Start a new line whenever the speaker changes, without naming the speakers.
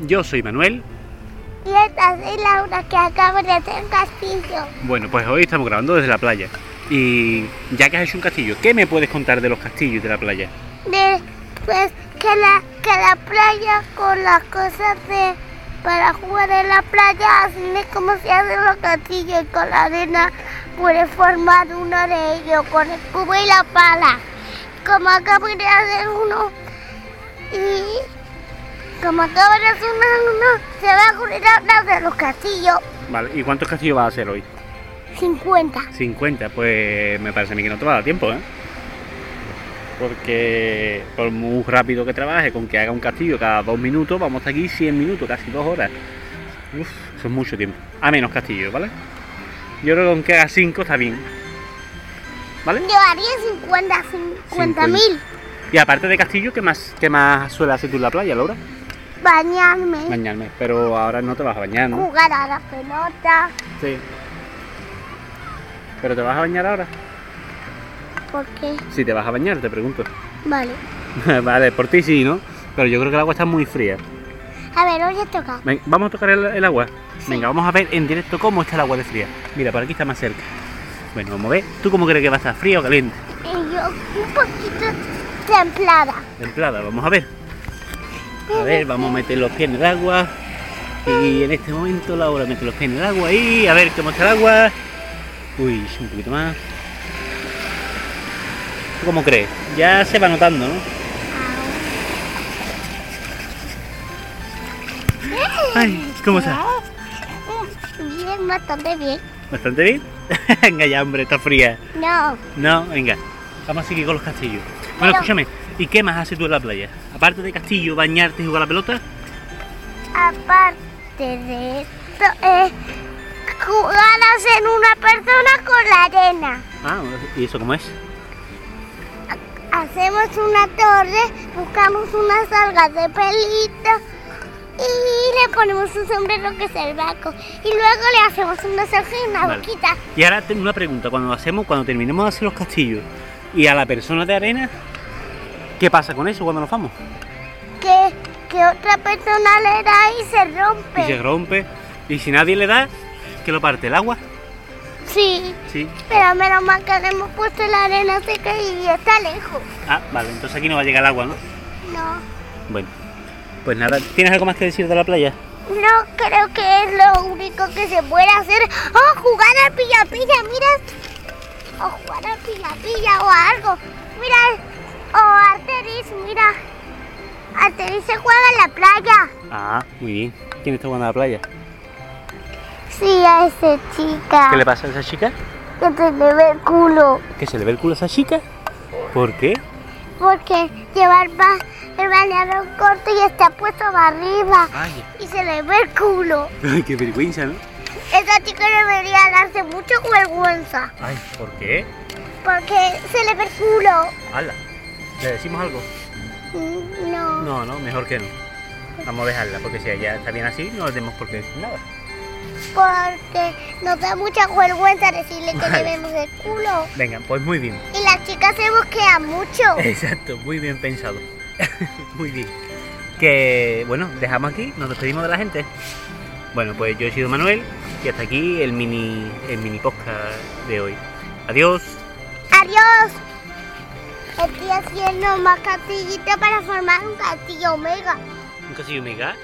Yo soy Manuel.
Y esta es Laura que acabo de hacer un castillo.
Bueno, pues hoy estamos grabando desde la playa. Y ya que has hecho un castillo, ¿qué me puedes contar de los castillos de la playa?
De, pues que la, que la playa con las cosas de para jugar en la playa, así es como se hacen los castillos y con la arena puedes formar uno de ellos con el cubo y la pala. Como acabo de hacer uno y como acabo de hacer uno, se va a ocurrir hablar de los castillos
Vale, ¿y cuántos castillos vas a hacer hoy?
50.
50, pues me parece a mí que no te va a dar tiempo, ¿eh? Porque por muy rápido que trabaje, con que haga un castillo cada dos minutos, vamos a estar aquí 100 minutos, casi dos horas. Uf, eso es mucho tiempo. A menos castillos, ¿vale? Yo creo que con que haga 5 está bien. ¿Vale?
Llevaría 50, 50 mil.
Y aparte de castillo, ¿qué más, qué más suele hacer tú en la playa, Laura?
Bañarme,
Bañarme. Pero ahora no te vas a bañar, ¿no?
jugar a la pelota,
Sí. ¿Pero te vas a bañar ahora?
porque...
Si te vas a bañar, te pregunto.
Vale.
vale, por ti sí, ¿no? Pero yo creo que el agua está muy fría.
A ver, hoy le toca.
Ven, vamos a tocar el, el agua.
Sí.
Venga, vamos a ver en directo cómo está el agua de fría. Mira, por aquí está más cerca. Bueno, vamos a ver. ¿Tú cómo crees que va a estar? ¿Fría o caliente?
Y yo un poquito templada.
Templada, vamos a ver. A ver, vamos a meter los pies en el agua. Y en este momento Laura mete los pies en el agua y a ver cómo está el agua. Uy, un poquito más. ¿Tú cómo crees? Ya se va notando, ¿no? Ay, ¿cómo está?
Bien, bastante bien.
Bastante bien. Venga ya, hombre, está fría.
No,
No, venga. Vamos a seguir con los castillos. Bueno,
Pero-
escúchame, ¿y qué más haces tú en la playa? Aparte de castillo, bañarte y jugar a la pelota,
aparte de esto, es jugar a ser una persona con la arena.
ah, ¿y eso cómo es?
Hacemos una torre, buscamos unas algas de pelito y le ponemos un sombrero que es el barco. Y luego le hacemos unos ojos y una
Vale.
boquita.
Y ahora tengo una pregunta, cuando hacemos, cuando terminemos de hacer los castillos y a la persona de arena, ¿qué pasa con eso cuando nos vamos?
que, que otra persona le da y se rompe.
Y se rompe, y si nadie le da, que lo parte el agua,
Sí,
sí.
pero menos mal que le hemos puesto la arena seca y está lejos.
Ah, vale, entonces aquí no va a llegar el agua, ¿no?
No,
Bueno, pues nada, ¿tienes algo más que decir de la playa?
no creo que es lo único que se puede hacer. O jugar al pilla-pilla, mira. O jugar al pilla-pilla o a algo. Mira, o arteris, mira. Arteris se juega en la playa.
Ah, muy bien. ¿Quién está jugando a la playa?
Sí, a esa chica.
¿Qué le pasa a esa chica?
Que te debe el culo.
¿Que se le ve el culo a esa chica? ¿Por qué?
Porque lleva el, ba el bañador corto y está puesto para arriba.
Vaya,
Y se le ve el culo.
qué vergüenza, ¿no?
Esa chica debería darse mucha vergüenza.
Ay, ¿por qué?
Porque se le ve el culo.
Hala, ¿le decimos algo?
Mm, No.
No, no, mejor que no. Vamos a dejarla, porque si ella está bien así, no le tenemos por qué decir nada.
Porque nos da mucha vergüenza decirle que
Vale.
le vemos el culo.
Venga, pues muy bien.
Y las chicas se bosquean mucho.
Exacto, muy bien pensado. muy bien. Que, bueno, dejamos aquí, nos despedimos de la gente. Bueno, pues yo he sido Manuel y hasta aquí el mini, el mini podcast de hoy. Adiós.
Adiós. Estoy haciendo más castillitos para formar un castillo omega.
Un castillo mega.